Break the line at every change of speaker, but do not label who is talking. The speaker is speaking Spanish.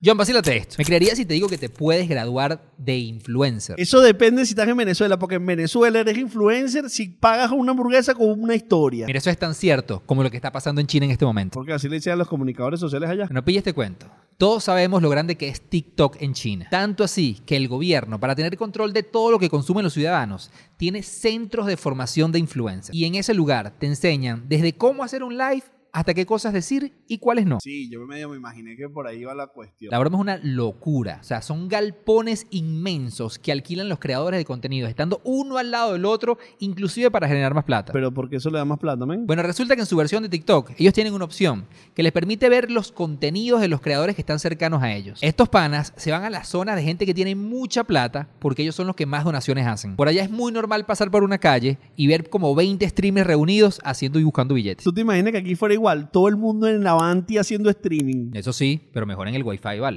John, vacílate esto. Me creerías si te digo que te puedes graduar de influencer.
Eso depende si estás en Venezuela, porque en Venezuela eres influencer si pagas una hamburguesa con una historia.
Mira, eso es tan cierto como lo que está pasando en China en este momento.
Porque así le decían los comunicadores sociales allá.
No pille este cuento. Todos sabemos lo grande que es TikTok en China. Tanto así que el gobierno, para tener control de todo lo que consumen los ciudadanos, tiene centros de formación de influencers. Y en ese lugar te enseñan desde cómo hacer un live hasta qué cosas decir y cuáles no.
Sí, yo medio me imaginé que por ahí iba la cuestión.
La broma es una locura. O sea, son galpones inmensos que alquilan los creadores de contenidos, estando uno al lado del otro, inclusive para generar más plata.
Pero porque eso le da más plata, men.
Bueno, resulta que en su versión de TikTok, ellos tienen una opción que les permite ver los contenidos de los creadores que están cercanos a ellos. Estos panas se van a las zonas de gente que tiene mucha plata porque ellos son los que más donaciones hacen. Por allá es muy normal pasar por una calle y ver como 20 streamers reunidos haciendo y buscando billetes.
¿Tú te imaginas que aquí fuera igual? Todo el mundo en Avanti haciendo streaming.
Eso sí, pero mejor en el Wi-Fi, ¿vale?